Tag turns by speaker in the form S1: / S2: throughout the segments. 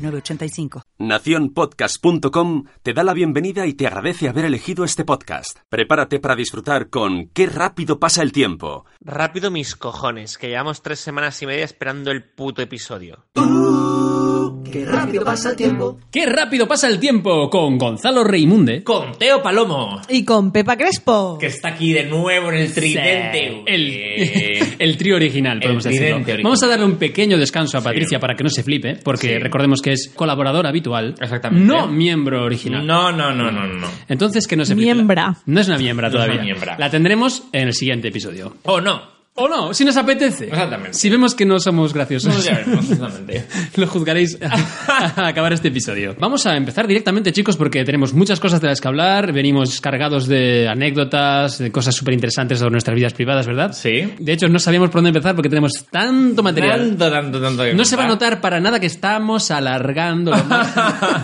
S1: 985.
S2: Naciónpodcast.com te da la bienvenida y te agradece haber elegido este podcast. Prepárate para disfrutar con Qué rápido pasa el tiempo.
S3: Rápido mis cojones, que llevamos tres semanas y media esperando el puto episodio.
S4: Uh, ¡Qué rápido pasa el tiempo!
S5: ¡Qué rápido pasa el tiempo! Con Gonzalo Reimunde.
S6: Con Teo Palomo.
S7: Y con Pepa Crespo.
S6: Que está aquí de nuevo en el tridente.
S5: El, el trío original, podemos el decirlo. Original. Vamos a darle un pequeño descanso a Patricia sí. para que no se flipe, porque sí. recordemos que es colaborador habitual,
S6: Exactamente.
S5: no miembro original.
S6: No, no, no, no, no.
S5: Entonces que no se
S7: miembra.
S5: No es una miembra
S6: no
S5: todavía.
S6: Es una miembra.
S5: La tendremos en el siguiente episodio.
S6: O Oh, no.
S5: O no, si nos apetece.
S6: Exactamente.
S5: Si vemos que no somos graciosos.
S6: No, ya veremos, exactamente.
S5: Lo juzgaréis a, a acabar este episodio. Vamos a empezar directamente, chicos, porque tenemos muchas cosas de las que hablar. Venimos cargados de anécdotas, de cosas súper interesantes sobre nuestras vidas privadas, ¿verdad?
S6: Sí.
S5: De hecho, no sabíamos por dónde empezar porque tenemos tanto material.
S6: Tanto, tanto, tanto.
S5: no se va a notar para nada que estamos alargando lo más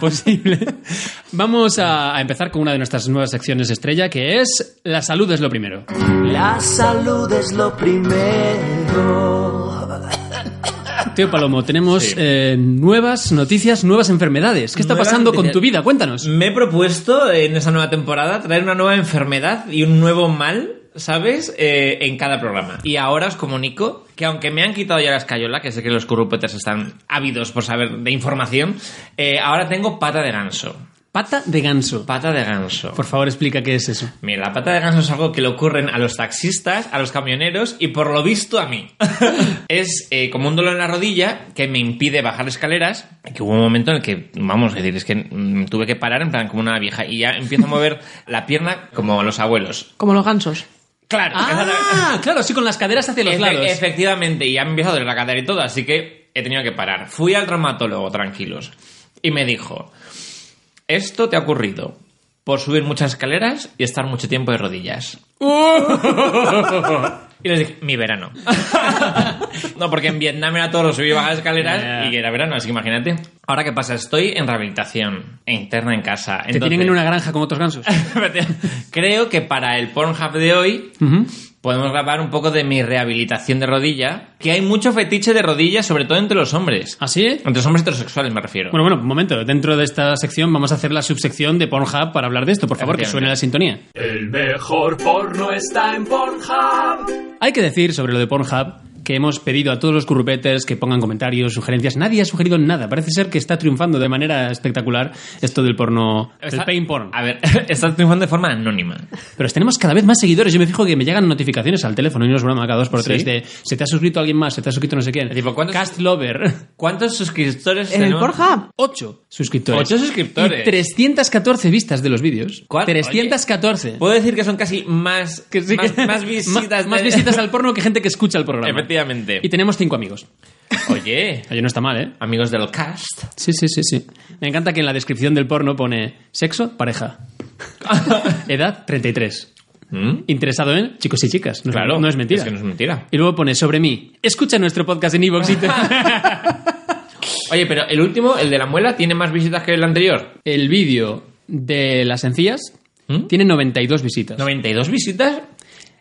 S5: posible. Vamos a, a empezar con una de nuestras nuevas secciones estrella, que es La salud es lo primero.
S4: La salud es lo primero. Primero.
S5: Teo Palomo, tenemos sí. eh, nuevas noticias, nuevas enfermedades. ¿Qué está nueva pasando noticia. con tu vida? Cuéntanos.
S6: Me he propuesto en esa nueva temporada traer una nueva enfermedad y un nuevo mal, ¿sabes? Eh, en cada programa. Y ahora os comunico que aunque me han quitado ya la escayola, que sé que los corrupetes están ávidos por saber de información, eh, ahora tengo pata de ganso.
S5: Pata de ganso.
S6: Pata de ganso.
S5: Por favor, explica qué es eso.
S6: Mira, la pata de ganso es algo que le ocurren a los taxistas, a los camioneros y por lo visto a mí. es eh, como un dolor en la rodilla que me impide bajar escaleras. Que hubo un momento en el que, vamos a decir, es que mm, tuve que parar en plan como una vieja y ya empiezo a mover la pierna como los abuelos.
S7: Como los gansos.
S6: Claro.
S5: Ah, claro, sí, con las caderas hacia los
S6: Efe
S5: lados.
S6: Efectivamente, y ya me empieza a doler la cadera y todo, así que he tenido que parar. Fui al traumatólogo, tranquilos, y me dijo... Esto te ha ocurrido por subir muchas escaleras y estar mucho tiempo de rodillas. y les dije, mi verano. no, porque en Vietnam era todo subir y bajar escaleras yeah. y era verano, así que imagínate. Ahora, ¿qué pasa? Estoy en rehabilitación interna en casa.
S5: ¿Te tienen en una granja con otros gansos?
S6: Creo que para el Pornhub de hoy... Uh -huh podemos grabar un poco de mi rehabilitación de rodilla, que hay mucho fetiche de rodilla, sobre todo entre los hombres.
S5: ¿Ah, sí?
S6: Entre los hombres heterosexuales, me refiero.
S5: Bueno, bueno, un momento. Dentro de esta sección vamos a hacer la subsección de Pornhub para hablar de esto. Por favor, que suene la sintonía.
S4: El mejor porno está en Pornhub.
S5: Hay que decir sobre lo de Pornhub que hemos pedido a todos los currupetes que pongan comentarios, sugerencias. Nadie ha sugerido nada. Parece ser que está triunfando de manera espectacular esto del porno, está, el pain porn.
S6: A ver, está triunfando de forma anónima.
S5: Pero tenemos cada vez más seguidores. Yo me fijo que me llegan notificaciones al teléfono y nos broma cada dos por tres ¿Sí? de se te ha suscrito alguien más, se te ha suscrito no sé quién.
S6: Tipo, ¿cuántos,
S5: Cast Lover.
S6: ¿Cuántos suscriptores
S7: en tenemos? el Pornhub?
S5: Ocho suscriptores.
S6: Ocho suscriptores.
S5: Y 314 vistas de los vídeos.
S6: ¿Cuál?
S5: 314.
S6: Oye, Puedo decir que son casi más, que sí, más, más, visitas.
S5: De... más visitas al porno que gente que escucha el programa. Y tenemos cinco amigos.
S6: Oye.
S5: Oye, no está mal, ¿eh?
S6: Amigos del cast.
S5: Sí, sí, sí, sí. Me encanta que en la descripción del porno pone sexo, pareja. Edad, 33. ¿Mm? Interesado en chicos y chicas. No,
S6: claro,
S5: es, no es mentira.
S6: Es que no es mentira.
S5: Y luego pone sobre mí. Escucha nuestro podcast en Evox y te...
S6: Oye, pero el último, el de la muela, tiene más visitas que el anterior.
S5: El vídeo de las encías ¿Mm? tiene 92 visitas.
S6: ¿92 visitas?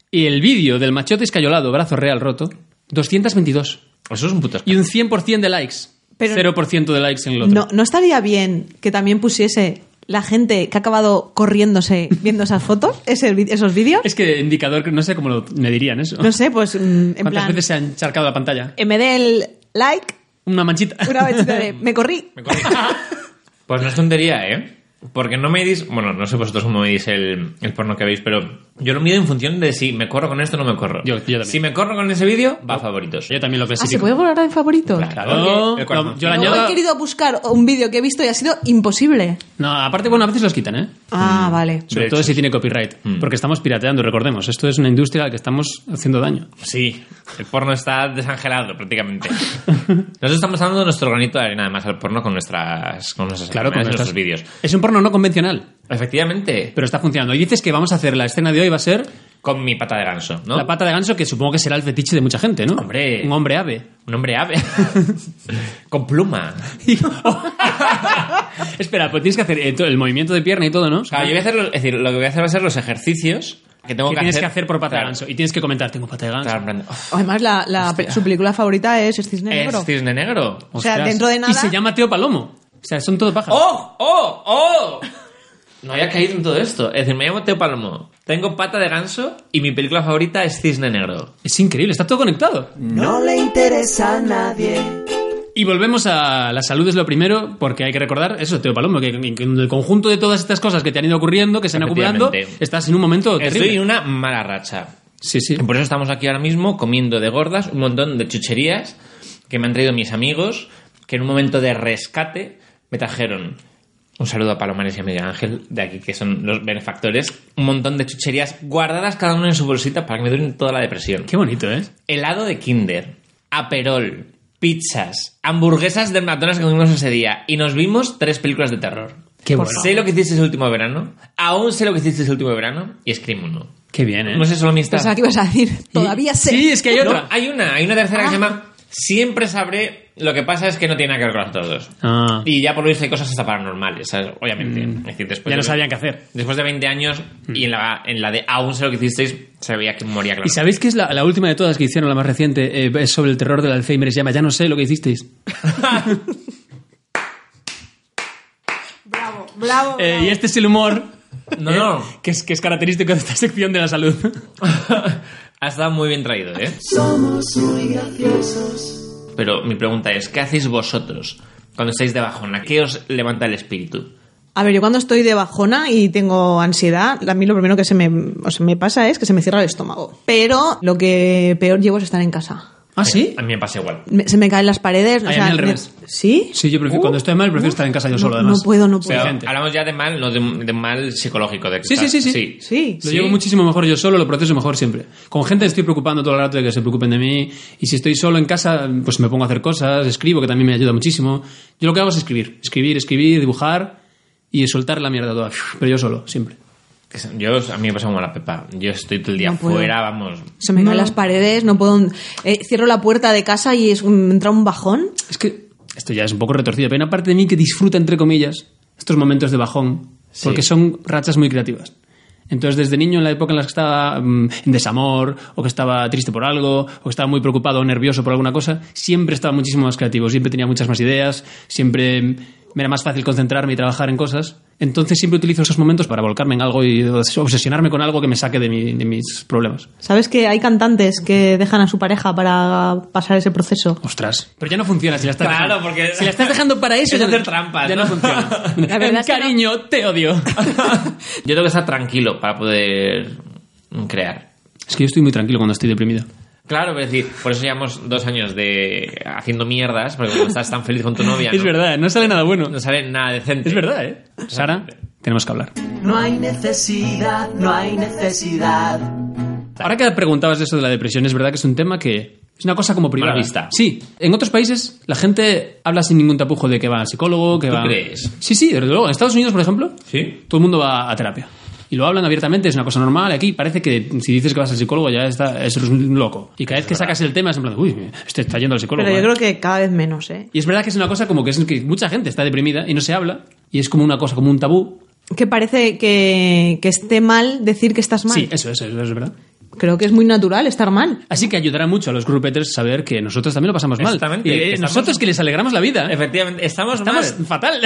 S5: Y el vídeo del machote escayolado, brazo real roto, 222.
S6: Eso es un puto
S5: Y un 100% de likes.
S7: Pero
S5: 0% de likes en el otro.
S7: No, no estaría bien que también pusiese la gente que ha acabado corriéndose viendo esas fotos, ese, esos vídeos.
S5: Es que indicador, no sé cómo lo medirían eso.
S7: No sé, pues. En
S5: ¿Cuántas
S7: plan,
S5: veces se ha encharcado la pantalla?
S7: En vez del like.
S5: Una manchita.
S7: Una manchita de. Me corrí.
S6: Me corrí. pues no es tontería, ¿eh? Porque no medís, bueno, no sé vosotros cómo medís el, el porno que veis, pero yo lo mido en función de si me corro con esto o no me corro.
S5: Yo- yo también.
S6: Si me corro con ese vídeo, va a favoritos.
S5: Yo también lo
S7: Ah, ¿se
S5: clasifico.
S7: puede borrar en favorito?
S5: Claro,
S6: El cuarto.
S5: no, yo la
S7: No,
S5: añado. Mm.
S7: he querido buscar un vídeo que he visto y ha sido imposible.
S5: No, aparte, bueno, a veces los quitan, ¿eh?
S7: Ah, vale.
S5: Sobre todo si tiene copyright.
S6: Mm.
S5: Porque estamos pirateando, recordemos. Esto es una industria a la que estamos haciendo daño.
S6: Sí, el porno está desangelado prácticamente. Nosotros estamos dando nuestro granito de arena además al porno con nuestras con nuestras
S5: Claro, con
S6: imágenes,
S5: nuestras-
S6: nuestros vídeos.
S5: Es un porno no convencional,
S6: Efectivamente,
S5: pero está funcionando. Y dices que vamos a hacer la escena de hoy, va a ser
S6: con mi pata de ganso, ¿no?
S5: la pata de ganso, que supongo que será el fetiche de mucha gente, ¿no?
S6: Hombre.
S5: Un hombre ave.
S6: Un hombre ave. con pluma.
S5: Espera, pues tienes que hacer eh, todo el movimiento de pierna y todo, ¿no?
S6: O sea, yo voy a hacer, lo, es decir, lo que voy a hacer va a ser los ejercicios que tengo
S5: que
S6: que,
S5: tienes
S6: hacer.
S5: que hacer por pata de
S6: Claro,
S5: ganso. Y tienes que comentar, tengo pata de ganso.
S6: claro, en plan de, "Oh,
S7: Además, la, la- su película favorita es El Cisne Negro.
S6: es cisne negro.
S7: O sea, dentro de nada-
S5: Y se llama Teo Palomo. O sea, son todo pájaros.
S6: ¡Oh! ¡Oh! ¡Oh! No había caído en todo esto. Es decir, me llamo Teo Palomo. Tengo pata de ganso y mi película favorita es Cisne Negro.
S5: Es increíble, está todo conectado.
S8: No le interesa a nadie.
S5: Y volvemos a la salud es lo primero, porque hay que recordar eso, Teo Palomo, que que en el conjunto de todas estas cosas que te han ido ocurriendo, que se han acumulando,
S6: Efectivamente.
S5: estás en un momento terrible.
S6: Estoy en una mala racha.
S5: Sí, sí.
S6: Por eso estamos aquí ahora mismo comiendo de gordas un montón de chucherías que me han traído mis amigos, que en un momento de rescate me trajeron. Un saludo a Palomares y a Miguel Ángel, de aquí que son los benefactores. Un montón de chucherías guardadas cada uno en su bolsita para que me duren toda la depresión.
S5: Qué bonito, ¿eh?
S6: Helado de Kinder, aperol, pizzas, hamburguesas de McDonald's que comimos ese día. Y nos vimos tres películas de terror.
S5: Qué bueno.
S6: Sé lo que hicisteis el último verano, aún sé lo que hicisteis el último verano, y escribo uno.
S5: Qué bien, ¿eh?
S6: No sé solo mi
S7: Pensaba que ibas a decir, todavía sé.
S5: Sí, es que hay
S6: Pues No,
S5: otra.
S6: hay una, hay una tercera que
S7: Ah.
S6: se llama Siempre sabré. Lo que pasa es que no tiene nada que ver con las otras dos.
S5: Ah. Mm.
S6: Y ya por lo visto hay cosas hasta paranormales, ¿sabes? obviamente. Es decir,
S5: ya
S6: después de
S5: no
S6: ve-
S5: sabían qué hacer.
S6: Después de 20 años y en la, en la de aún sé lo que hicisteis, se veía que moría claro.
S5: ¿Y sabéis qué es la, la última de todas que hicieron, la más reciente? Eh, es sobre el terror del Alzheimer. Se llama Ya no sé lo que hicisteis.
S7: Bravo, bravo.
S5: Eh, y este es el humor.
S6: No,
S5: ¿eh?
S6: no.
S5: Que es, que es característico de esta sección de la salud.
S6: ha estado muy bien traído, ¿eh?
S8: Somos muy graciosos.
S6: Pero mi pregunta es, ¿qué hacéis vosotros cuando estáis de bajona? ¿Qué os levanta el espíritu?
S7: A ver, yo cuando estoy de bajona y tengo ansiedad, a mí lo primero que se me, o sea, me pasa es que se me cierra el estómago. Pero lo que peor llevo es estar en casa.
S5: ¿Ah, sí?
S6: A mí me pasa igual.
S7: Me- se me caen las paredes. o
S5: Ay, a
S7: sea,
S5: mí al
S7: me-
S5: revés.
S7: ¿Sí?
S5: Sí, yo prefiero,
S7: Uh,
S5: cuando estoy mal, prefiero
S7: no,
S5: estar en casa yo
S7: no,
S5: solo, además.
S7: No puedo, no puedo.
S5: Pero-
S6: Pero hablamos ya de mal, no de, de mal psicológico. De que
S5: Sí,
S6: estás-
S5: sí, sí, sí.
S7: Sí.
S5: Lo
S6: Sí.
S5: llevo muchísimo mejor yo solo, lo proceso mejor siempre. Con gente estoy preocupando todo el rato de que se preocupen de mí. Y si estoy solo en casa, pues me pongo a hacer cosas, escribo, que también me ayuda muchísimo. Yo lo que hago es escribir, escribir, escribir, dibujar y soltar la mierda toda. Pero yo solo, siempre.
S6: Que se- Yo, a mí me pasa como la pepa. Yo estoy todo el día
S7: No puedo.
S6: fuera, vamos.
S7: Se me caen las paredes, no puedo. eh, cierro la puerta de casa y es un- entra un bajón.
S5: Es que esto ya es un poco retorcido, pero hay una parte de mí que disfruta, entre comillas, estos momentos de bajón, porque son rachas muy creativas. Entonces, desde niño, en la época en la que estaba mm, en desamor, o que estaba triste por algo, o que estaba muy preocupado o nervioso por alguna cosa, siempre estaba muchísimo más creativo, siempre tenía muchas más ideas, siempre mm, me era más fácil concentrarme y trabajar en cosas. Entonces, siempre utilizo esos momentos para volcarme en algo y obsesionarme con algo que me saque de, mi- de mis problemas.
S7: ¿Sabes que hay cantantes que dejan a su pareja para pasar ese proceso?
S5: Ostras. Pero ya no funciona si la estás
S6: Claro,
S5: dejando.
S6: porque-
S5: Si la estás dejando para eso.
S6: Es
S5: ya no-
S6: hacer trampas,
S5: Ya no,
S6: ¿no?
S5: funciona.
S7: La verdad es que no.
S5: Cariño, te odio.
S6: Yo tengo que estar tranquilo para poder crear.
S5: es que yo estoy muy tranquilo cuando estoy deprimido.
S6: Claro, es decir, por eso llevamos dos años de haciendo mierdas, porque cuando estás tan feliz con tu novia,
S5: Es
S6: no,
S5: verdad, no sale nada bueno.
S6: no sale nada decente.
S5: Es verdad, ¿eh? Sara, tenemos que hablar.
S8: No hay necesidad, no hay necesidad.
S5: Ahora que preguntabas eso de la depresión, es verdad que es un tema que es una cosa como privada.
S6: Mal vista.
S5: Sí, en otros países la gente habla sin ningún tapujo de que va al psicólogo, que
S6: ¿Tú
S5: va.
S6: crees?
S5: Sí, sí, desde luego. En Estados Unidos, por ejemplo,
S6: Sí.
S5: todo el mundo va a terapia. Y lo hablan abiertamente, es una cosa normal. Aquí parece que si dices que vas al psicólogo ya está, es un loco. Y cada vez que sacas el tema es en plan, uy, este está yendo al psicólogo.
S7: Pero yo
S5: ¿eh".
S7: creo que cada vez menos, ¿eh?
S5: Y es verdad que es una cosa como que, es que mucha gente está deprimida y no se habla. Y es como una cosa, como un tabú.
S7: Que parece que, que esté mal decir que estás mal.
S5: Sí, eso, eso, eso es verdad.
S7: Creo que es muy natural estar mal.
S5: Así que ayudará mucho a los grupeters saber que nosotros también lo pasamos mal.
S6: Exactamente.
S5: Y, eh,
S6: Que estamos-
S5: nosotros que les alegramos la vida.
S6: Efectivamente, estamos,
S5: Estamos
S6: mal.
S5: fatal.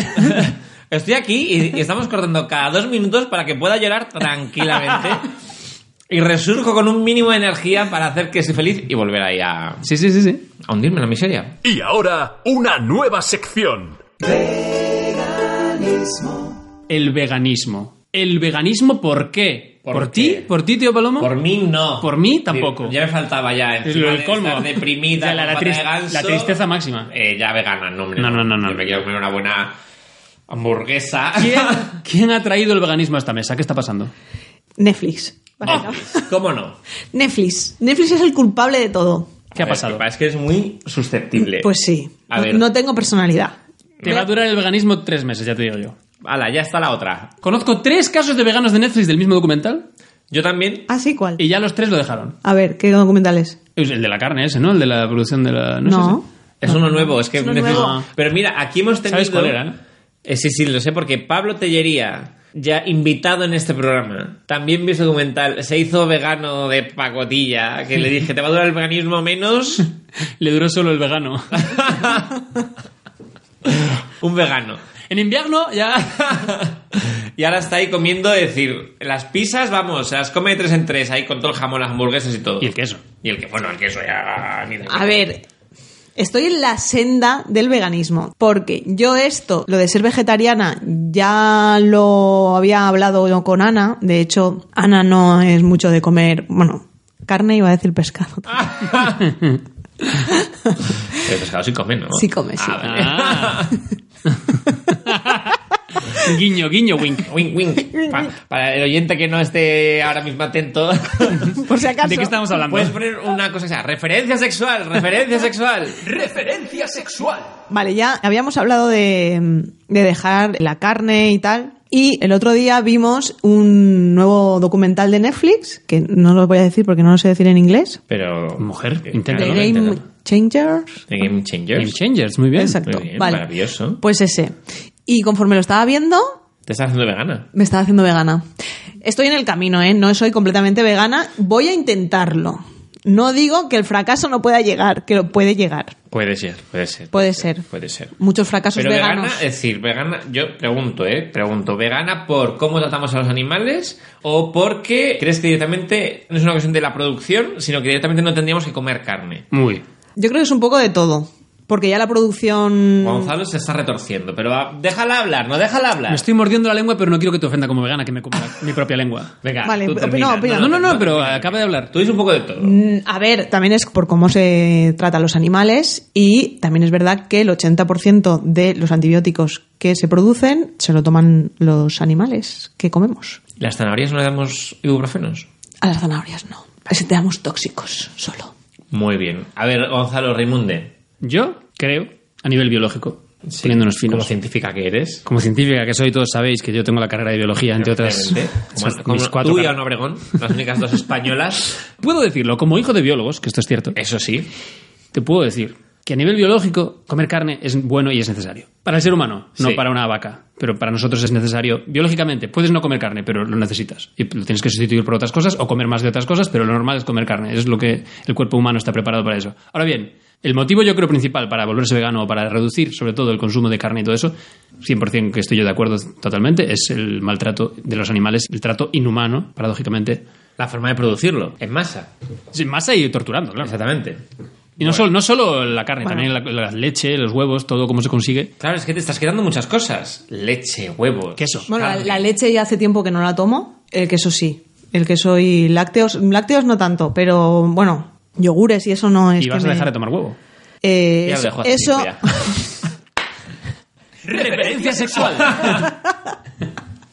S6: Estoy aquí y, y estamos cortando cada dos minutos para que pueda llorar tranquilamente. y resurjo con un mínimo de energía para hacer que esté feliz y volver ahí a,
S5: sí, sí, sí, sí.
S6: a hundirme en la miseria.
S4: Y ahora, una nueva sección.
S8: Veganismo.
S5: el veganismo. ¿El veganismo por qué? ¿Por,
S6: ¿Por
S5: ti?
S6: qué?
S5: ¿Por ti, tío Palomo?
S6: Por mí no.
S5: Por mí tampoco.
S6: Ya me faltaba ya
S5: Es
S6: encima
S5: lo del
S6: de
S5: colmo.
S6: estar deprimida,
S5: Ya, la, la
S6: con pata de
S5: tris-
S6: ganso,
S5: la tristeza máxima.
S6: eh, ya vegana, no, hombre.
S5: No, no, no, no.
S6: Yo me quiero comer una buena hamburguesa.
S5: ¿Quién, quién ha traído el veganismo a esta mesa? ¿Qué está pasando?
S7: Netflix.
S6: Oh,
S7: básicamente.
S6: ¿Cómo no?
S7: Netflix. Netflix es el culpable de todo.
S5: ¿Qué
S6: A
S5: ha
S6: ver,
S5: pasado?
S6: que Es que es muy susceptible.
S7: Pues sí.
S6: A
S7: No-
S6: ver.
S7: No tengo personalidad.
S5: Te va a durar el veganismo tres meses, ya te digo yo.
S6: Hala, ya está la otra.
S5: Conozco tres casos de veganos de Netflix del mismo documental
S6: Yo también.
S7: Ah, sí, ¿cuál?
S5: y ya los tres lo dejaron.
S7: A ver, ¿qué documentales?
S5: Es El de la carne ese, ¿no? El de la producción de la... No. sé si-
S7: No.
S6: Es uno nuevo, es que
S7: Es uno
S6: necesito-
S7: nuevo.
S6: Pero mira, aquí hemos tenido.
S5: ¿Sabes cuál era, no?
S6: Eh, sí, sí, lo sé, porque Pablo Tellería, ya invitado en este programa, también vio su documental, se hizo vegano de pacotilla, que le dije, te va a durar el veganismo menos
S5: Le duró solo el vegano.
S6: un vegano.
S5: en invierno ya...
S6: y ahora está ahí comiendo, es decir, las pizzas, vamos, se las come de tres en tres, ahí con todo el jamón, las hamburguesas y todo.
S5: y el queso.
S6: Y el que, bueno, el queso ya... ni de-
S7: A ver, estoy en la senda del veganismo, porque yo esto, lo de ser vegetariana, ya lo había hablado yo con Ana, de hecho, Ana no es mucho de comer, bueno, carne iba a decir pescado.
S6: El pescado sí come, ¿no?
S7: Sí come, sí.
S6: Ah, vale.
S5: Ah. guiño, guiño, wink.
S6: Wink, wink. Pa- para el oyente que no esté ahora mismo atento,
S7: Por si acaso.
S5: ¿De qué estamos hablando?
S6: puedes poner una cosa que sea referencia sexual, referencia sexual.
S4: Referencia sexual.
S7: Vale, ya habíamos hablado de, de dejar la carne y tal. Y el otro día vimos un nuevo documental de Netflix, que no lo voy a decir porque no lo sé decir en inglés.
S6: Pero.
S5: Mujer,
S6: Eh,
S5: intenta,
S7: The
S5: Claro,
S6: claro,
S5: ¿no?
S7: Game
S6: intenta.
S7: Changers.
S6: The Game Changers.
S5: Game Changers, muy bien.
S7: Exacto.
S6: Muy bien,
S7: vale.
S6: maravilloso.
S7: Pues ese. Y conforme lo estaba viendo,
S6: Te estás haciendo vegana.
S7: me estaba haciendo vegana. Estoy en el camino, ¿eh? No soy completamente vegana. Voy a intentarlo. No digo que el fracaso no pueda llegar, que lo puede llegar.
S6: Puede ser, puede ser.
S7: Puede ser.
S5: Pues,
S6: Puede ser.
S7: Muchos fracasos
S6: Pero vegana,
S7: Pues, veganos.
S6: es decir, vegana, yo pregunto, ¿eh? Pregunto, ¿vegana por cómo tratamos a los animales o porque crees que directamente no es una cuestión de la producción, sino que directamente no tendríamos que comer carne?
S5: Muy.
S7: Yo creo que es un poco de todo. Porque ya la producción.
S6: Gonzalo se está retorciendo, pero va- déjala hablar, no déjala hablar.
S5: Me estoy mordiendo la lengua, pero no quiero que te ofenda como vegana, que me coma la- mi propia lengua.
S6: Venga,
S7: Vale,
S6: tú
S7: op-
S6: termina.
S7: no, opina.
S5: No, no, no, pero acaba de hablar.
S6: Tú dices un poco de todo.
S7: Mm, A ver, también es por cómo se tratan los animales y también es verdad que el 80% de los antibióticos que se producen se lo toman los animales que comemos.
S6: ¿Las zanahorias no le damos ibuprofenos?
S7: A las zanahorias no. Así te damos tóxicos solo.
S6: Muy bien. A ver, Gonzalo Raimunde.
S5: Yo creo, a nivel biológico, poniéndonos
S6: Como
S5: finos.
S6: científica que eres.
S5: Como científica que soy, todos sabéis que yo tengo la carrera de biología, entre otras.
S6: Efectivamente. Como-
S5: esas-
S6: como
S5: mis cuatro
S6: tú y
S5: car-
S6: Ana Obregón, las únicas dos españolas.
S5: Puedo decirlo, como hijo de biólogos, que esto es cierto,
S6: Eso sí.
S5: te puedo decir que a nivel biológico comer carne es bueno y es necesario. Para el ser humano, no
S6: Sí.
S5: para una vaca. Pero para nosotros es necesario. Biológicamente, puedes no comer carne, pero lo necesitas. Y lo tienes que sustituir por otras cosas o comer más de otras cosas, pero lo normal es comer carne. Es lo que el cuerpo humano está preparado para eso. Ahora bien, el motivo yo creo principal para volverse vegano o para reducir sobre todo el consumo de carne y todo eso, 100% que estoy yo de acuerdo totalmente, es el maltrato de los animales, el trato inhumano, paradójicamente.
S6: La forma de producirlo. En masa.
S5: Sin masa y torturando, claro.
S6: Exactamente.
S5: Y no, solo, no solo la carne, también la, la leche, los huevos, todo cómo se consigue.
S6: Claro, es que te estás quedando muchas cosas. Leche, huevos.
S5: Queso.
S7: Bueno, la,
S6: carne.
S7: la leche ya hace tiempo que no la tomo. El queso sí. El queso y lácteos. Lácteos no tanto, pero bueno, yogures y eso no es.
S5: Y vas a
S7: que me-
S5: dejar de tomar huevo.
S7: Eh,
S6: Ya lo
S7: eso-
S6: dejo así,
S7: eso.
S6: ya.
S5: Referencia sexual.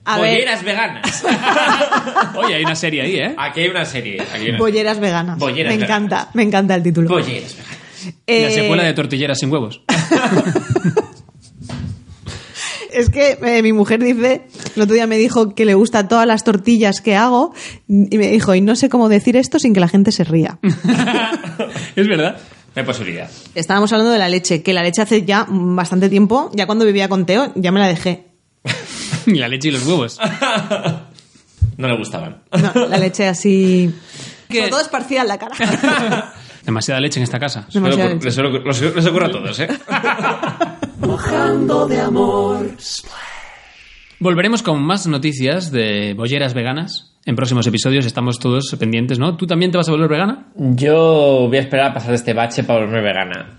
S7: A ver,
S6: Bolleras veganas.
S5: Oye, hay una serie ahí, ¿eh?
S6: Aquí hay una serie. Aquí hay una-
S7: bolleras veganas.
S6: Bolleras
S7: me
S6: veganas.
S7: encanta, me encanta el título.
S6: Bolleras veganas.
S5: Y La
S7: Eh,
S5: secuela de tortilleras sin huevos.
S7: Es que eh, mi mujer dice, el otro día me dijo que le gustan todas las tortillas que hago y me dijo, y no sé cómo decir esto sin que la gente se ría.
S5: Mm. es verdad.
S6: No hay posibilidad.
S7: Estábamos hablando de la leche, que la leche hace ya bastante tiempo, ya cuando vivía con Teo, ya me la dejé.
S5: Y la leche y los huevos.
S6: No le gustaban.
S7: No, la leche así...
S5: ¿Qué?
S7: Sobre todo esparcida en la cara.
S5: Demasiada leche en esta casa.
S6: Suele
S7: Demasiada
S6: ocur-
S7: leche.
S6: les suele ocur- les- les ocurre a todos, ¿eh?
S8: Mojando de amor.
S5: Volveremos con más noticias de bolleras veganas. En próximos episodios estamos todos pendientes, ¿no? ¿Tú también te vas a volver vegana?
S6: Yo voy a esperar a pasar este bache para volverme vegana.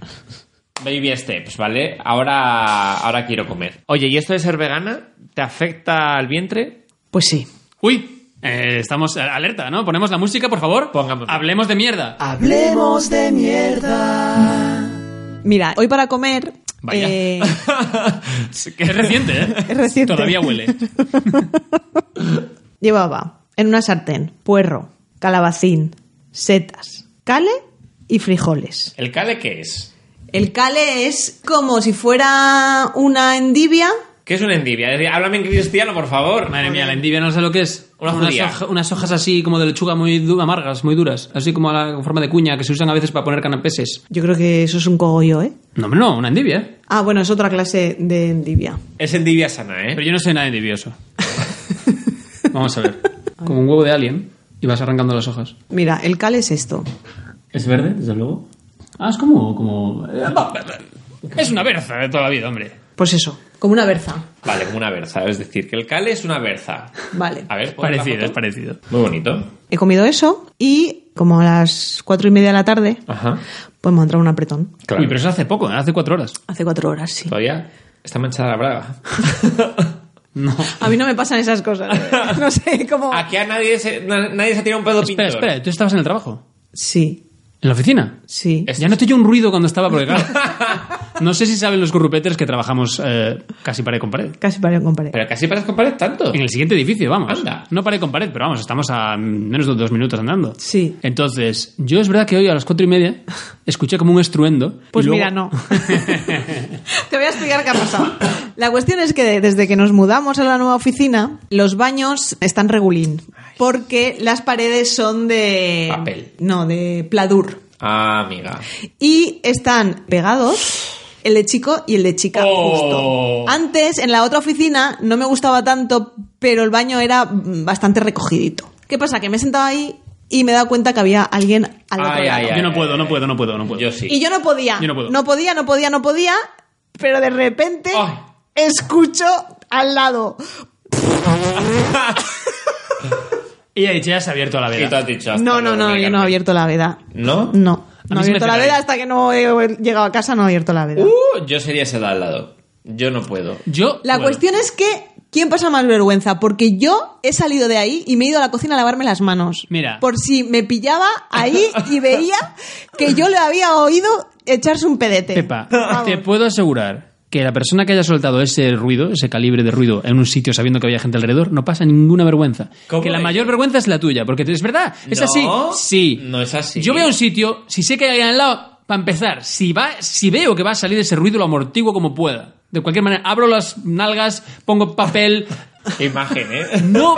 S6: Baby steps, ¿vale? Ahora, ahora quiero comer. Oye, ¿y esto de ser vegana te afecta al vientre?
S7: Pues sí.
S5: Uy, eh, estamos alerta, ¿no? Ponemos la música, por favor.
S6: Pongamos.
S5: Hablemos de mierda.
S7: Ah.
S8: Hablemos de mierda.
S7: Mira, hoy para comer.
S6: Vaya.
S7: eh,
S5: Es reciente, ¿eh?
S7: Es reciente.
S5: Todavía huele.
S7: llevaba en una sartén puerro, calabacín, setas, cale y frijoles.
S6: ¿El cale qué es?
S7: El cale es como si fuera una endivia.
S6: ¿Qué es una endivia? Es decir, Háblame en cristiano, por favor.
S5: Madre mía, la endivia no sé lo que es.
S6: Una
S5: unas,
S6: judía.
S5: hoja- unas hojas así como de lechuga muy du- amargas, muy duras. Así como a la con forma de cuña que se usan a veces para poner canapeses.
S7: Yo creo que eso es un cogollo, ¿eh?
S5: No, hombre, no, una ¿eh? endivia.
S7: Ah, bueno, es otra clase de endivia.
S6: Es endivia sana,
S5: Pero
S6: ¿eh?
S5: yo no soy nada endivioso. Vamos a ver. Como un huevo de alien y vas arrancando las hojas.
S7: Mira, el cale es esto.
S6: ¿Es verde, desde luego?
S5: Ah, es como... como... eh, Es una berza de toda la vida, hombre.
S7: Pues eso, como una berza.
S6: Vale, como una berza. Es decir, que el cale es una berza.
S7: Vale.
S6: A ver, pon la
S5: Parecido,
S6: foto.
S5: es parecido.
S6: Muy bonito.
S7: He comido eso y como a las cuatro y media de la tarde,
S6: Ajá.
S7: pues me ha entrado un apretón.
S6: Claro.
S5: Uy, pero eso hace poco, ¿eh? hace cuatro horas.
S7: Hace cuatro horas, sí.
S6: Todavía está manchada la braga.
S5: No.
S7: A mí no me pasan esas cosas. ¿eh? No sé cómo.
S6: Aquí a nadie se, na- nadie se tira un pedo
S5: Espera,
S6: pintor.
S5: espera, ¿tú estabas en el trabajo?
S7: Sí,
S5: ¿En la oficina?
S7: sí.
S6: Es-
S5: Ya no te yo un ruido cuando estaba, porque claro. No sé si saben los corrupetes que trabajamos eh, casi pared con pared.
S7: Casi paré con pared.
S6: Pero casi paras con pared tanto.
S5: En el siguiente edificio, vamos.
S6: Anda.
S5: No pared con pared, pero vamos, estamos a menos de dos minutos andando.
S7: Sí.
S5: Entonces, yo es verdad que hoy a las cuatro y media escuché como un estruendo. y
S7: Pues
S5: luego-
S7: mira, no. Te voy a explicar qué ha pasado. La cuestión es que de- desde que nos mudamos a la nueva oficina, los baños están regulín. Porque las paredes son de.
S6: Papel.
S7: No, de pladur.
S6: Ah, amiga.
S7: Y están pegados el de chico y el de chica
S6: Oh.
S7: justo. Antes, en la otra oficina, no me gustaba tanto, pero el baño era mm, bastante recogidito. ¿Qué pasa? Que me he sentado ahí y me he dado cuenta que había alguien al otro
S6: Ay,
S7: lado.
S6: ay, ay.
S5: Yo no puedo, no puedo, no puedo, no puedo.
S6: Yo sí.
S7: Y yo no podía.
S5: Yo no puedo.
S7: podía, no podía, no podía. Pero de repente
S6: Ay.
S7: escucho al lado.
S5: Y ahí ya se ha abierto la
S6: ¿Qué te
S5: vela.
S6: has dicho? Hasta
S7: No, no,
S6: luego,
S7: no,
S6: Mari
S7: yo no
S6: Carmen.
S7: he abierto la veda.
S6: ¿No?
S7: No. No
S5: mí se
S7: he
S5: me
S7: abierto la
S5: cerraría.
S7: veda hasta que no he llegado a casa, no he abierto la veda.
S6: Uh, yo sería ese de al lado. Yo no puedo.
S5: Yo.
S7: la
S5: puedo.
S7: cuestión es que, ¿quién pasa más vergüenza? Porque yo he salido de ahí y me he ido a la cocina a lavarme las manos.
S5: Mira.
S7: Por si me pillaba ahí y veía que yo le había oído echarse un pedete.
S5: Pepa,
S7: Vamos.
S5: te puedo asegurar que la persona que haya soltado ese ruido, ese calibre de ruido en un sitio sabiendo que había gente alrededor, no pasa ninguna vergüenza.
S6: ¿Cómo
S5: Que la
S6: es?
S5: mayor vergüenza es la tuya, porque es verdad, es
S6: No,
S5: así. Sí.
S6: no es así.
S5: Yo veo un sitio, si sé que hay alguien al lado, para empezar, si, va, si veo que va a salir ese ruido, lo amortiguo como pueda. De cualquier manera, abro las nalgas, pongo papel.
S6: Imagen, ¿eh?
S5: No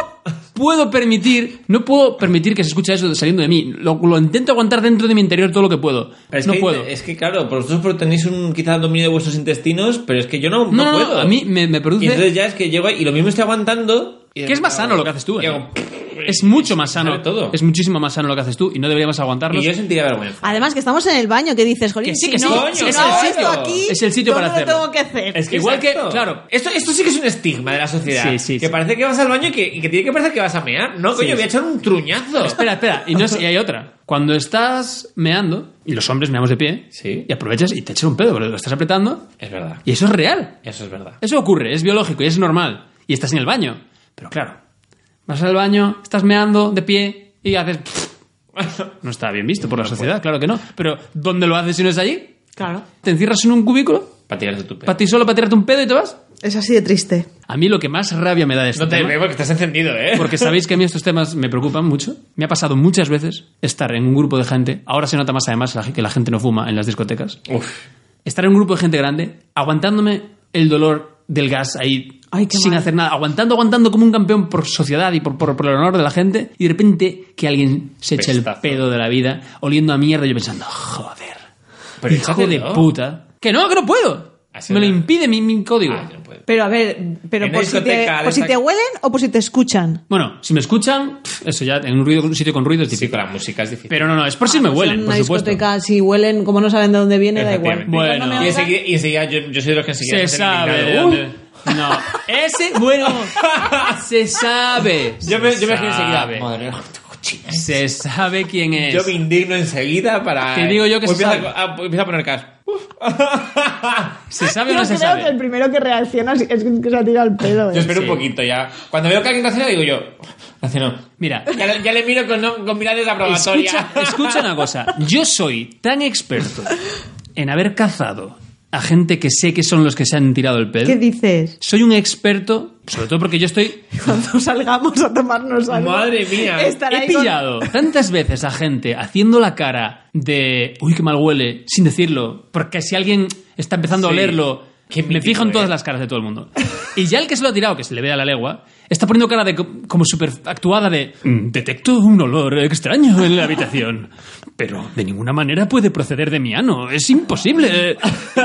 S5: puedo permitir, no puedo permitir que se escuche eso saliendo de mí. Lo, lo intento aguantar dentro de mi interior todo lo que puedo.
S6: Pero es
S5: no
S6: que,
S5: puedo.
S6: Es que, claro, por vosotros por- tenéis un quizás dominio de vuestros intestinos, pero es que yo no, no
S5: no, no, no,
S6: puedo.
S5: a mí me, me
S6: Y
S5: produce...
S6: entonces ya es que llego ahí y lo mismo estoy aguantando. y-
S5: Que es más sano lo que haces tú,
S6: Y,
S5: ¿eh?
S6: hago-
S5: Es mucho más sano.
S6: Sale todo.
S5: Es muchísimo más sano lo que haces tú y no deberíamos aguantarlo.
S6: y yo sentiría vergüenza.
S7: Además que estamos en el baño, que dices, jolín,
S5: Que sí,
S7: si
S5: que sí,
S7: no,
S5: coño,
S7: si
S5: es
S7: no
S5: el
S7: hago
S5: sitio.
S7: esto aquí,
S5: Es el sitio
S7: yo
S5: para
S7: no
S5: hacerlo.
S7: lo tengo que hacer.
S5: Es que igual que- claro.
S6: Esto, esto sí que es un estigma de la sociedad.
S5: Sí, sí,
S6: que
S5: sí.
S6: parece que vas al baño y que, y que tiene que parecer que vas a mear. No, coño, voy a echar un truñazo.
S5: Espera, espera. Y, no es- y hay otra. Cuando estás meando, y los hombres meamos de pie,
S6: Sí.
S5: y aprovechas y te echas un pedo, pero lo estás apretando,
S6: Es verdad.
S5: y eso es real.
S6: Eso es verdad.
S5: Eso ocurre, es biológico y es normal. Y estás en el baño. Pero claro, vas al baño, estás meando de pie y haces... No está bien visto por la sociedad, claro que no. Pero ¿dónde lo haces si no es allí?
S7: Claro.
S5: ¿Te encierras en un cubículo?
S6: Para tirarse tu pelo.
S5: ¿Para ti solo para tirarte un pedo y te vas?
S7: Es así de triste.
S5: A mí lo que más rabia me da de este
S6: No te
S5: tema-
S6: veo porque estás encendido, ¿eh?
S5: Porque sabéis que a mí estos temas me preocupan mucho. Me ha pasado muchas veces estar en un grupo de gente. Ahora se nota más además la- que la gente no fuma en las discotecas.
S6: Uf.
S5: Estar en un grupo de gente grande, aguantándome el dolor del gas ahí
S7: Ay, qué
S5: sin
S7: mal.
S5: hacer nada, aguantando, aguantando como un campeón por sociedad y por, por- por el honor de la gente. Y de repente que alguien se eche el
S6: Pestazo.
S5: pedo de la vida, oliendo a mierda, y yo pensando, joder,
S6: Pero
S5: hijo de
S6: échatelo.
S5: puta. Que no, que no puedo.
S6: Así
S5: Me lo
S6: no.
S5: impide mi, mi código.
S6: Ah, yo no puedo.
S7: Pero a ver, pero
S6: En
S7: por
S6: la
S7: si, te,
S6: discoteca,
S7: por si
S6: les-
S7: te huelen o por si te escuchan.
S5: Bueno, si me escuchan, pf, eso ya en un, ruido, un sitio con ruido es
S6: Sí,
S5: difícil.
S6: con la música es difícil.
S5: Pero no, no, es por si
S9: Ah,
S5: me
S7: Pues
S5: huelen,
S7: en
S5: por
S7: una
S5: supuesto.
S7: discoteca, si huelen, como no saben de dónde viene, da igual.
S6: Efectivamente.
S5: Bueno.
S7: Cuando me
S6: Y
S7: oigan-
S6: enseguida, y enseguida yo, yo soy de los que
S5: Se
S6: enseguida me hacen ¡Uh!
S5: sabe.
S6: indignado.
S5: de dónde- No, ese, bueno, se sabe.
S6: Yo me, yo me
S5: Se
S6: imagino enseguida.
S5: sabe.
S6: Madre mía. cochinadas.
S5: Se sabe quién es.
S6: Yo me indigno enseguida para.
S5: Te digo yo que
S6: Pues
S5: se
S6: empieza,
S5: sabe.
S6: a- ah, empieza a poner cash. Uf.
S5: ¿Se sabe o
S9: Yo
S5: no se
S9: creo
S5: sabe?
S9: que el primero que reacciona es es que se ha tirado el pedo.
S6: Yo
S9: ¿eh?
S6: espero un poquito ya. Cuando veo que alguien reacciona, digo yo. Reaccionó.
S5: Mira,
S6: Ya, le- ya le miro con, no- con mirada desaprobatoria.
S5: escucha, escucha una cosa. Yo soy tan experto en haber cazado a gente que sé que son los que se han tirado el
S7: ¿Qué
S5: pelo.
S7: dices?
S5: Soy un experto, sobre todo porque yo estoy
S9: Cuando salgamos a tomarnos algo.
S6: Madre mía.
S7: Estará
S5: He
S7: ahí con-
S5: pillado tantas veces a gente haciendo la cara de uy, qué mal huele, sin decirlo, porque si alguien está empezando a
S6: Sí.
S5: olerlo,
S6: Qué
S5: me
S6: mítico,
S5: fijo en
S6: eh.
S5: todas las caras de todo el mundo. Y ya el que se lo ha tirado, que se le vea la legua, está poniendo cara de co- como súper actuada de "Mm, detecto un olor extraño en la habitación, pero de ninguna manera puede proceder de mi ano, es imposible.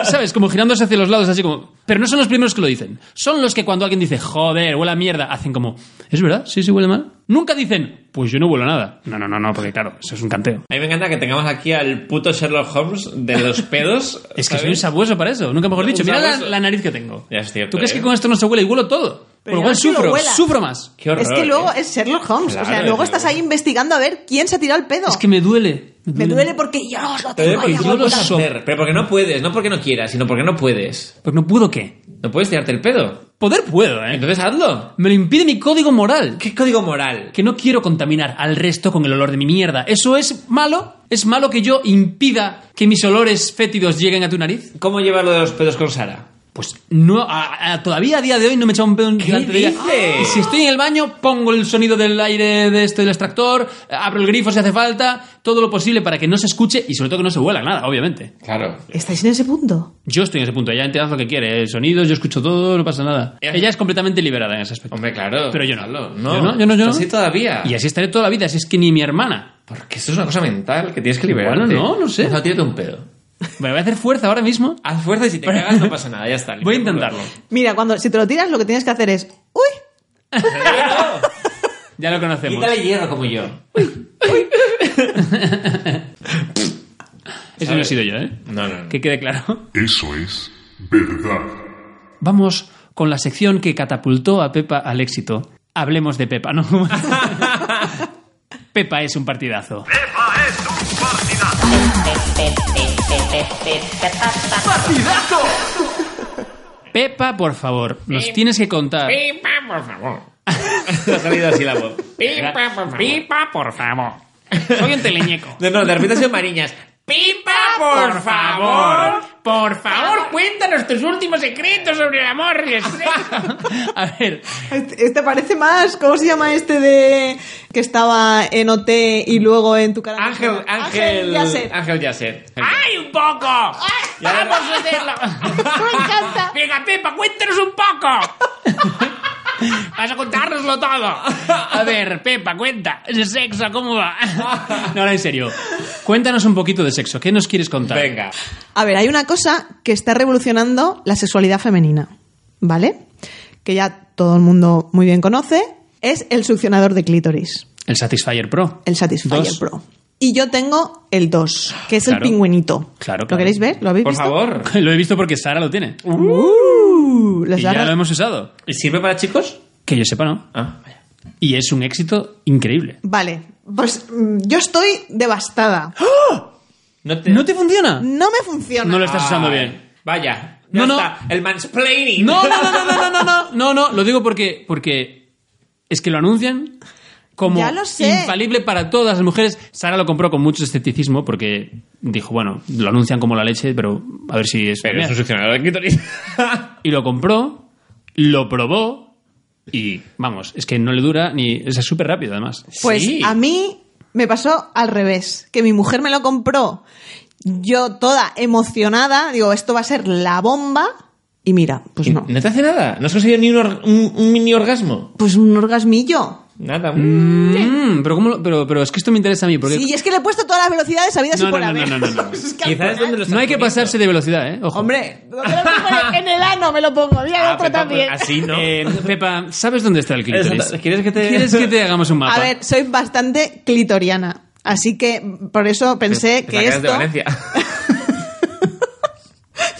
S5: ¿Sabes? Como girándose hacia los lados, así como. Pero no son los primeros que lo dicen. Son los que cuando alguien dice, joder, huele a mierda, hacen como, ¿es verdad? Sí, sí, huele mal. Nunca dicen, pues yo no huelo a nada. No, no, no, no, porque claro, eso es un canteo.
S6: A mí me encanta que tengamos aquí al puto Sherlock Holmes de los pedos.
S5: Es que
S6: ¿sabes?
S5: soy un sabueso para eso, nunca mejor
S6: Un
S5: dicho. Mira la,
S6: sabueso.
S5: la nariz que tengo.
S6: Ya es cierto,
S5: ¿Tú crees
S6: eh.
S5: que con esto no se huele y huelo todo? Por
S7: Pero
S5: lo cual
S7: ya que lo
S5: sufro,
S7: huelas.
S5: sufro más.
S6: Qué horror,
S7: es que luego
S6: eh.
S7: es Sherlock Holmes. o sea,
S6: Claro,
S7: luego
S6: claro.
S7: estás ahí investigando a ver quién se ha tirado el pedo.
S5: Es que me duele.
S7: me duele porque yo os lo
S6: Te doy
S7: tengo
S6: porque
S7: ahí
S6: tú no lo puedes
S7: apuntado.
S5: so-
S6: hacer, pero porque no puedes, no porque no quieras, sino porque no puedes.
S5: Pero no puedo qué.
S6: No puedes tirarte el pedo.
S5: Poder puedo, ¿eh?
S6: Entonces hazlo.
S5: Me lo impide mi código moral.
S6: ¿Qué código moral?
S5: que no quiero contaminar al resto con el olor de mi mierda. ¿Eso es malo? ¿Es malo que yo impida que mis olores fétidos lleguen a tu nariz?
S6: ¿Cómo llevarlo de los pedos con Sara?
S5: Pues no, a- a- todavía a día de hoy no me he echado un pedo delante de ella.
S6: dices?
S5: Y si estoy en el baño, pongo el sonido del aire de esto del extractor, abro el grifo si hace falta, todo lo posible para que no se escuche y sobre todo que no se huela nada, obviamente.
S6: Claro.
S7: ¿Estáis en ese punto?
S5: Yo estoy en ese punto, ella entera lo que quiere, eh, sonidos, yo escucho todo, no pasa nada.
S6: Ella-
S5: Ella es completamente liberada en ese aspecto.
S6: Hombre, claro.
S5: Pero yo no.
S6: Hazlo.
S5: Yo no, yo no, yo no.
S6: Así todavía.
S5: Y así estaré toda la vida, si es que ni mi hermana
S6: Porque esto es una cosa mental que tienes que liberar.
S5: Bueno, no, no sé.
S6: No, tírate un pedo.
S5: Me voy a hacer fuerza ahora mismo.
S6: Haz fuerza y si te cagas no pasa nada, ya está.
S5: Voy a intentarlo.
S7: Mira, cuando si te lo tiras, lo que tienes que hacer es. ¡Uy!
S5: Ya lo conocemos.
S6: Quítale hierro como yo.
S5: Eso no he sido yo, ¿eh?
S6: No, no, no.
S5: Que quede claro.
S10: Eso es verdad.
S5: Vamos con la sección que catapultó a Pepa al éxito. Hablemos de Pepa, ¿no? Pepa es un partidazo. Pepa, por favor, nos tienes que contar.
S6: Pipa, por favor. Te ha salido así la voz. Pipa, por favor.
S5: Pepa, por favor. Soy un teleñeco.
S6: No, no, de repente ha sido Mariñas. Pipa, por favor.
S5: Por
S6: favor,
S5: cuéntanos tus últimos secretos sobre el amor y A ver,
S7: Este este parece más. ¿Cómo se llama este de. que estaba en OT y luego en tu cara?
S6: Ángel, Ángel.
S7: Yasser.
S6: Ángel Yasser.
S5: ¡Ay, un poco!
S6: ¡Vamos
S5: a hacerlo!
S9: Me encanta.
S5: ¡Venga, Pepa, cuéntanos un poco! Vas a contárnoslo todo. A ver, Pepa, cuenta. ¿El sexo cómo va? No, ahora en serio. Cuéntanos un poquito de sexo. ¿Qué nos quieres contar?
S6: Venga.
S7: A ver, hay una cosa que está revolucionando la sexualidad femenina, ¿vale? Que ya todo el mundo muy bien conoce, es el succionador de clítoris,
S5: El Satisfyer Pro.
S7: el Satisfyer
S5: Dos.
S7: Pro. Y yo tengo el 2, que es
S5: Claro.
S7: el pingüinito.
S5: Claro,
S7: ¿Lo
S5: claro.
S7: queréis ver? ¿Lo habéis
S6: Por
S7: visto?
S6: favor.
S5: Lo he visto porque Sara lo tiene.
S7: Uh, las
S5: y ya
S7: garras-
S5: lo hemos usado.
S6: ¿Y sirve para chicos?
S5: Que yo sepa, ¿no?
S6: Ah, vaya.
S5: Y es un éxito increíble.
S7: Vale, pues mm, yo estoy devastada.
S6: No te.
S5: ¿No te funciona?
S7: No me funciona.
S5: No lo estás usando
S6: Ay,
S5: bien.
S6: Vaya. Ya
S5: No, no.
S6: está. El mansplaining.
S5: No, no, no, no, no, no, no, no, no, lo digo porque, porque es que lo anuncian como
S7: Ya lo sé.
S5: infalible para todas las mujeres. Sara lo compró con mucho escepticismo porque dijo, bueno, lo anuncian como la leche, pero a ver si es...
S6: Pero es
S5: verdad.
S6: un succionador de clítoris.
S5: Y lo compró, lo probó y, vamos, es que no le dura ni... Es súper rápido, además.
S7: Pues
S6: Sí.
S7: a mí me pasó al revés, que mi mujer me lo compró. Yo toda emocionada, digo, esto va a ser la bomba. Y mira, pues
S6: ¿Y
S7: no.
S6: te hace nada? ¿No has conseguido ni un, or- un- un mini orgasmo?
S7: Pues un orgasmillo.
S6: Nada.
S5: Mm, pero, ¿cómo lo- pero, pero es que esto me interesa a mí porque...
S7: Sí, y es que le he puesto todas las velocidades habidas
S5: No,
S7: y por
S5: no, no,
S7: haber.
S5: no, no, no.
S7: Es que
S6: Quizás
S7: al
S6: es donde
S7: final-
S6: lo
S5: no
S6: estás
S5: hay que
S6: poniendo.
S5: pasarse de velocidad, ¿eh? Ojo.
S7: Hombre,
S9: Pero lo pongo en el ano me lo pongo. Mira,
S6: Ah,
S9: el otro
S6: Pepa, pues
S9: también.
S6: así no.
S5: Eh, Pepa, ¿sabes dónde está el clítoris?
S6: Exacto. ¿Quieres que te-
S5: ¿Quieres que te hagamos un mapa?
S7: a ver, soy bastante clitoriana. Así que por eso pensé
S6: Te
S7: que
S6: sacas de
S7: esto.
S6: Valencia.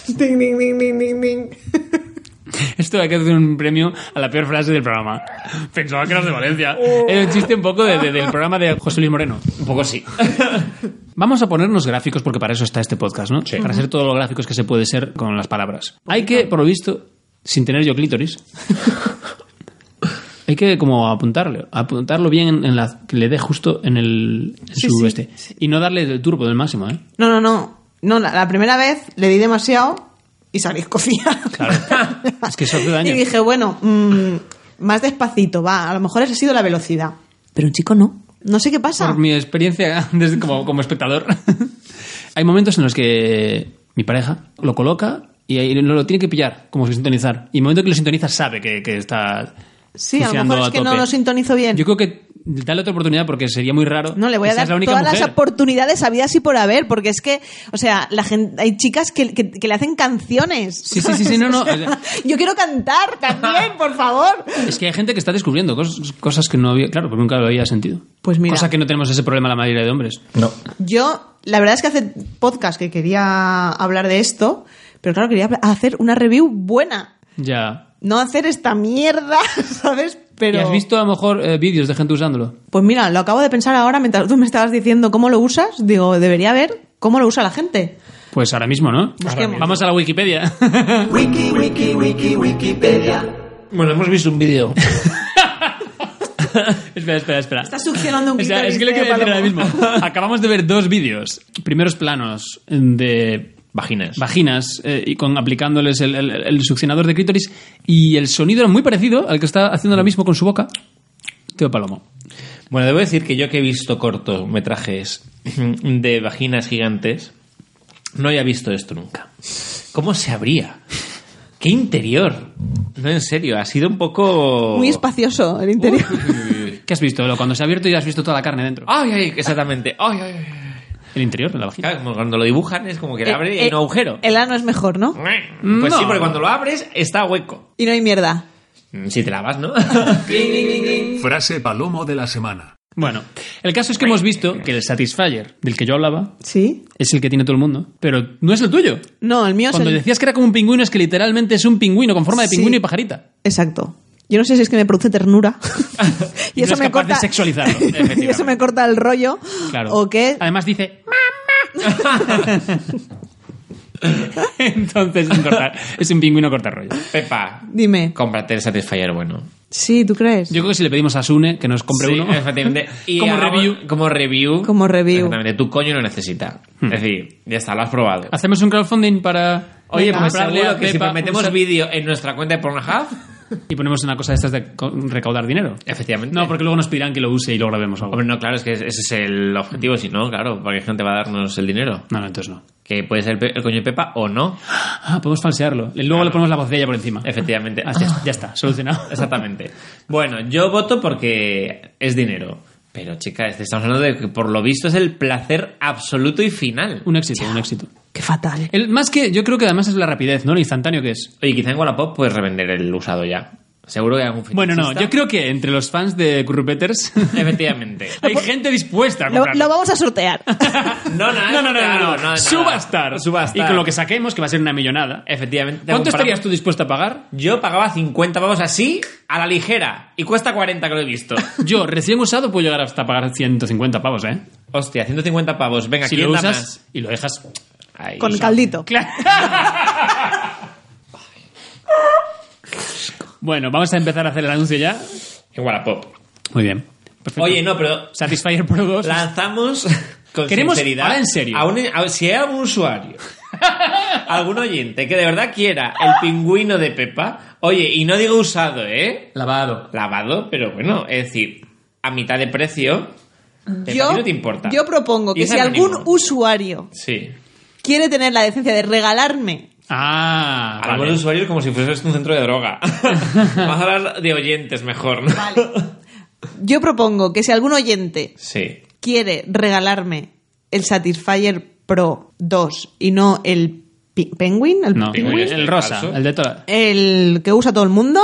S9: Ding, ding, ding, ding, ding, ding.
S5: Esto hay que hacer un premio a la peor frase del programa. Pensaba que eras de Valencia.
S7: Oh.
S5: Es un chiste un poco de- de- del programa de José Luis Moreno.
S6: Un poco sí.
S5: Vamos a ponernos gráficos porque para eso está este podcast, ¿no? Para ser todos los gráficos que se puede ser con las palabras. Hay que, por lo visto, sin tener yo clítoris, hay que como apuntarlo, apuntarlo bien en, en la que le dé justo en el en
S7: Sí,
S5: su
S7: sí,
S5: este y no darle el turbo del máximo, ¿eh?
S7: No, no, no. No, la, la primera vez le di demasiado y salí escocida.
S5: Claro. Es que eso hace daño.
S7: Y dije, bueno, mm, más despacito, va. A lo mejor esa ha sido la velocidad. Pero un chico no. No sé qué pasa.
S5: Por mi experiencia desde como, como espectador, hay momentos en los que mi pareja lo coloca y ahí lo, lo tiene que pillar, como si sintonizar. Y el momento que lo sintoniza sabe que, que está.
S7: Sí, a lo
S5: funcionando
S7: mejor es que no
S5: tope.
S7: lo sintonizo bien.
S5: Yo creo que dale otra oportunidad porque sería muy raro.
S7: No, le voy a
S5: que seas
S7: dar
S5: la única
S7: todas las
S5: mujer.
S7: oportunidades habidas y por haber, porque es que, o sea, la gente, hay chicas que, que- que le hacen canciones.
S5: Sí, sí, sí, sí, no, eh, no, o sea-
S7: Yo quiero cantar también, por favor.
S5: Es que hay gente que está descubriendo cosas, cosas que no había. Claro, porque nunca lo había sentido.
S7: Pues mira.
S5: Cosa que no tenemos ese problema la mayoría de hombres.
S6: No.
S7: Yo, la verdad es que hace podcast que quería hablar de esto, pero claro, quería habla- hacer una review buena.
S5: Ya.
S7: No hacer esta mierda, ¿sabes? Pero.
S5: ¿Y has visto a lo mejor eh, vídeos de gente usándolo?
S7: Pues mira, lo acabo de pensar ahora mientras tú me estabas diciendo cómo lo usas. Digo, debería ver cómo lo usa la gente.
S5: Pues ahora mismo, ¿no?
S7: Busquemos.
S5: Vamos a la Wikipedia.
S8: Wiki, wiki, wiki, Wikipedia.
S6: Bueno, hemos visto un vídeo.
S5: espera, espera, espera.
S7: Estás succionando un
S5: O sea,
S7: clítoris
S5: es que le
S7: de
S5: quiero decir ahora
S7: palomo.
S5: mismo. Acabamos de ver dos vídeos. Primeros planos em, de
S6: Vaginas.
S5: vaginas eh, y con aplicándoles el, el- el succionador de clítoris y el sonido era muy parecido al que está haciendo ahora mismo con su boca. Teo Palomo.
S6: Bueno, debo decir que yo que he visto cortometrajes de vaginas gigantes, no había visto esto nunca. ¿Cómo se abría? ¿Qué interior? No, en serio, ha sido un poco...
S7: Muy espacioso el interior.
S5: ¿Qué has visto? Lo- Cuando se ha abierto ya has visto toda la carne dentro.
S6: Ay, ay, exactamente. Ay, ay, ay.
S5: El interior de la vagina.
S6: Claro, como cuando lo dibujan es como que le abre y hay
S7: Eh,
S6: un agujero.
S7: El ano es mejor, ¿no?
S6: Pues sí,
S5: No.
S6: porque cuando lo abres está hueco.
S7: Y no hay mierda.
S6: Mm, Si te lavas, ¿no?
S10: Frase palomo de la semana.
S5: Bueno, el caso es que hemos visto que el Satisfyer del que yo hablaba
S7: ¿Sí?
S5: es el que tiene todo el mundo, pero no es el tuyo.
S7: No, el mío
S5: Cuando
S7: es el...
S5: decías que era como un pingüino, es que literalmente es un pingüino con forma de
S7: Sí.
S5: pingüino y pajarita.
S7: Exacto. Yo no sé si es que me produce ternura.
S5: Y no es capaz de sexualizarlo,
S7: y eso me corta el rollo.
S5: Claro. Ah.
S7: O que
S5: Además dice ¡Mamá! Entonces es un, corta- es un pingüino cortarrollo.
S6: Pepa,
S7: Dime.
S6: cómprate el Satisfyer bueno.
S7: Sí, ¿tú crees?
S5: Yo creo que si le pedimos a Sune que nos compre
S6: Sí,
S5: uno.
S6: efectivamente. Y
S5: Como
S6: hagamos-
S5: review.
S6: Como review.
S7: Como review.
S6: Exactamente. Tu coño lo necesita. Es decir, ya está, lo has probado.
S5: Hacemos un crowdfunding para
S6: Oye,
S5: para
S6: pues
S5: comprarle
S6: seguro
S5: a
S6: que si
S5: Pepa un
S6: metemos
S5: sat-
S6: vídeo en nuestra cuenta de Pornhub,
S5: y ponemos una cosa de estas de co- recaudar dinero.
S6: efectivamente.
S5: No, porque luego nos pedirán que lo use y lo grabemos algo.
S6: Hombre, no, claro, es que ese es el objetivo. Si no, claro, porque gente va a darnos el dinero.
S5: No, no, entonces no.
S6: Que puede ser el, pe- el coño de Pepa o no.
S5: Ah, podemos falsearlo. Y Luego le ponemos la vocella por encima.
S6: Efectivamente.
S5: Ah, ya, ya está, solucionado.
S6: Exactamente. Bueno, yo voto porque es dinero. Pero, chica, este- estamos hablando de que por lo visto es el placer absoluto y final.
S5: Un éxito, un éxito.
S7: Qué fatal.
S5: El, más que, yo creo que además es la rapidez, ¿no? Lo instantáneo que es.
S6: Oye, quizá en Wallapop puedes revender el usado ya. Seguro que hay algún
S5: Bueno, no,
S6: fetichista.
S5: yo creo que entre los fans de Currupeters
S6: Efectivamente.
S5: hay gente dispuesta a
S7: Lo,
S5: comprarlo.
S7: lo vamos a sortear.
S6: No, nada,
S5: no, no, no, no,
S6: claro,
S5: no,
S6: nada.
S5: Subastar.
S6: Subastar. Eh,
S5: Y con lo que saquemos, que va a ser una millonada.
S6: Efectivamente. te
S5: ¿Cuánto
S6: compramos-
S5: estarías tú dispuesto a pagar?
S6: Yo pagaba 50 pavos así, a la ligera. Y cuesta 40 que lo he visto.
S5: Yo, recién usado, puedo llegar hasta pagar 150 pavos, ¿eh?
S6: Hostia, 150 pavos. Venga,
S5: si
S6: ¿quién
S5: lo
S6: da
S5: usas y lo dejas.
S6: más? Ahí,
S7: Con
S6: usa.
S7: caldito.
S5: Bueno, vamos a empezar a hacer el anuncio ya.
S6: En Wallapop.
S5: Muy bien. Perfecto.
S6: Oye, no, pero
S5: Satisfyer Pro 2.
S6: lanzamos con
S5: Queremos-
S6: sinceridad.
S5: ahora en serio.
S6: a un- a- si hay algún usuario, algún oyente que de verdad quiera el pingüino de Pepa, oye, y no digo usado, ¿eh?
S5: Lavado.
S6: Lavado, pero bueno, es decir, a mitad de precio, Pepa, a
S7: Yo,
S6: ti no te importa.
S7: yo propongo
S6: Y
S7: que
S6: es
S7: si
S6: anónimo.
S7: algún usuario
S6: Sí.
S7: quiere tener la decencia de regalarme,
S5: Ah,
S6: Hablamos
S5: vale.
S6: de usuarios como si fuese esto un centro de droga. Vamos a hablar de oyentes mejor, ¿no?
S7: yo propongo que si algún oyente
S6: Sí.
S7: quiere regalarme el Satisfyer Pro 2 y no el Pi- Penguin, el,
S5: No,
S6: Pingüino
S5: el,
S6: este
S5: rosa,
S6: falso.
S5: el de toda.
S7: el que usa todo el mundo,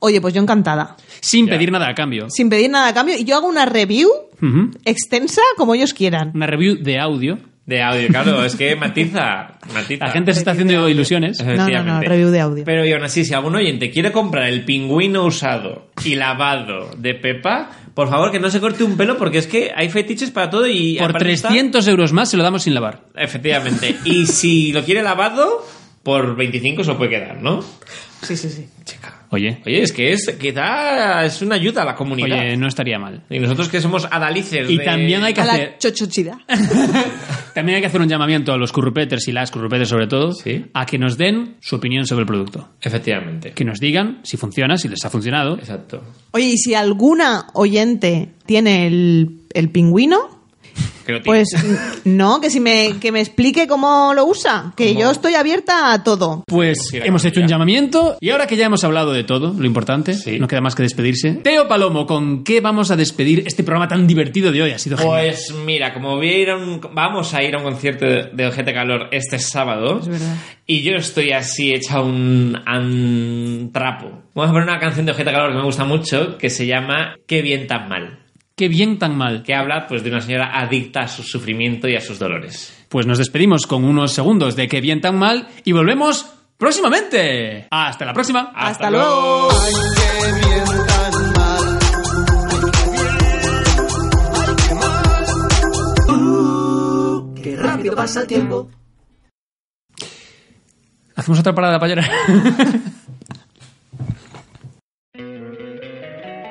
S7: oye, pues yo encantada.
S5: Sin
S6: Ya.
S5: pedir nada a cambio.
S7: Sin pedir nada a cambio y yo hago una review
S5: Ujú.
S7: extensa como ellos quieran.
S5: Una review de audio
S6: de audio. Claro, es que matiza, matiza.
S5: La gente se está haciendo ilusiones.
S7: No, no, no,
S6: Efectivamente.
S7: review de audio.
S6: Pero y aún así, si algún oyente quiere comprar el pingüino usado y lavado de Pepa, por favor que no se corte un pelo porque es que hay fetiches para todo y...
S5: Por
S6: aparte está-
S5: 300 euros más se lo damos sin lavar.
S6: Efectivamente. Y si lo quiere lavado, por 25 se lo puede quedar, ¿no?
S7: Sí, sí, sí.
S5: Oye,
S6: Oye, es que es quizá es una ayuda a la comunidad.
S5: oye, no estaría mal.
S6: Y nosotros que somos adalices
S5: Y
S6: de-
S5: también hay que
S7: A
S5: hacer...
S7: la chochuchida.
S5: También hay que hacer un llamamiento a los currupeters y las currupeters sobre todo
S6: Sí.
S5: a que nos den su opinión sobre el producto.
S6: Efectivamente.
S5: Que nos digan si funciona, si les ha funcionado.
S6: Exacto.
S7: Oye, y si alguna oyente tiene el, el pingüino,
S6: Que lo tiene.
S7: pues no, que si me, que me explique cómo lo usa, que yo estoy abierta a todo.
S5: Pues
S6: Sí, la
S5: hemos hecho un
S6: maravilla.
S5: llamamiento y ahora que ya hemos hablado de todo, lo importante,
S6: Sí.
S5: no queda más que despedirse. Teo Palomo, ¿con qué vamos a despedir este programa tan divertido de hoy? Ha sido genial.
S6: Pues mira, como voy a ir a un- vamos a ir a un concierto de, de Ojete Calor este sábado. Y yo estoy así hecha un, a un trapo. Vamos a poner una canción de Ojete Calor que me gusta mucho, que se llama Qué bien tan mal.
S5: Qué bien tan mal.
S6: Que habla pues de una señora adicta a su sufrimiento y a sus dolores.
S5: Pues nos despedimos con unos segundos de qué bien tan mal y volvemos próximamente. Hasta la próxima.
S7: Hasta luego.
S8: Qué rápido pasa el tiempo.
S5: Hacemos otra parada para llorar.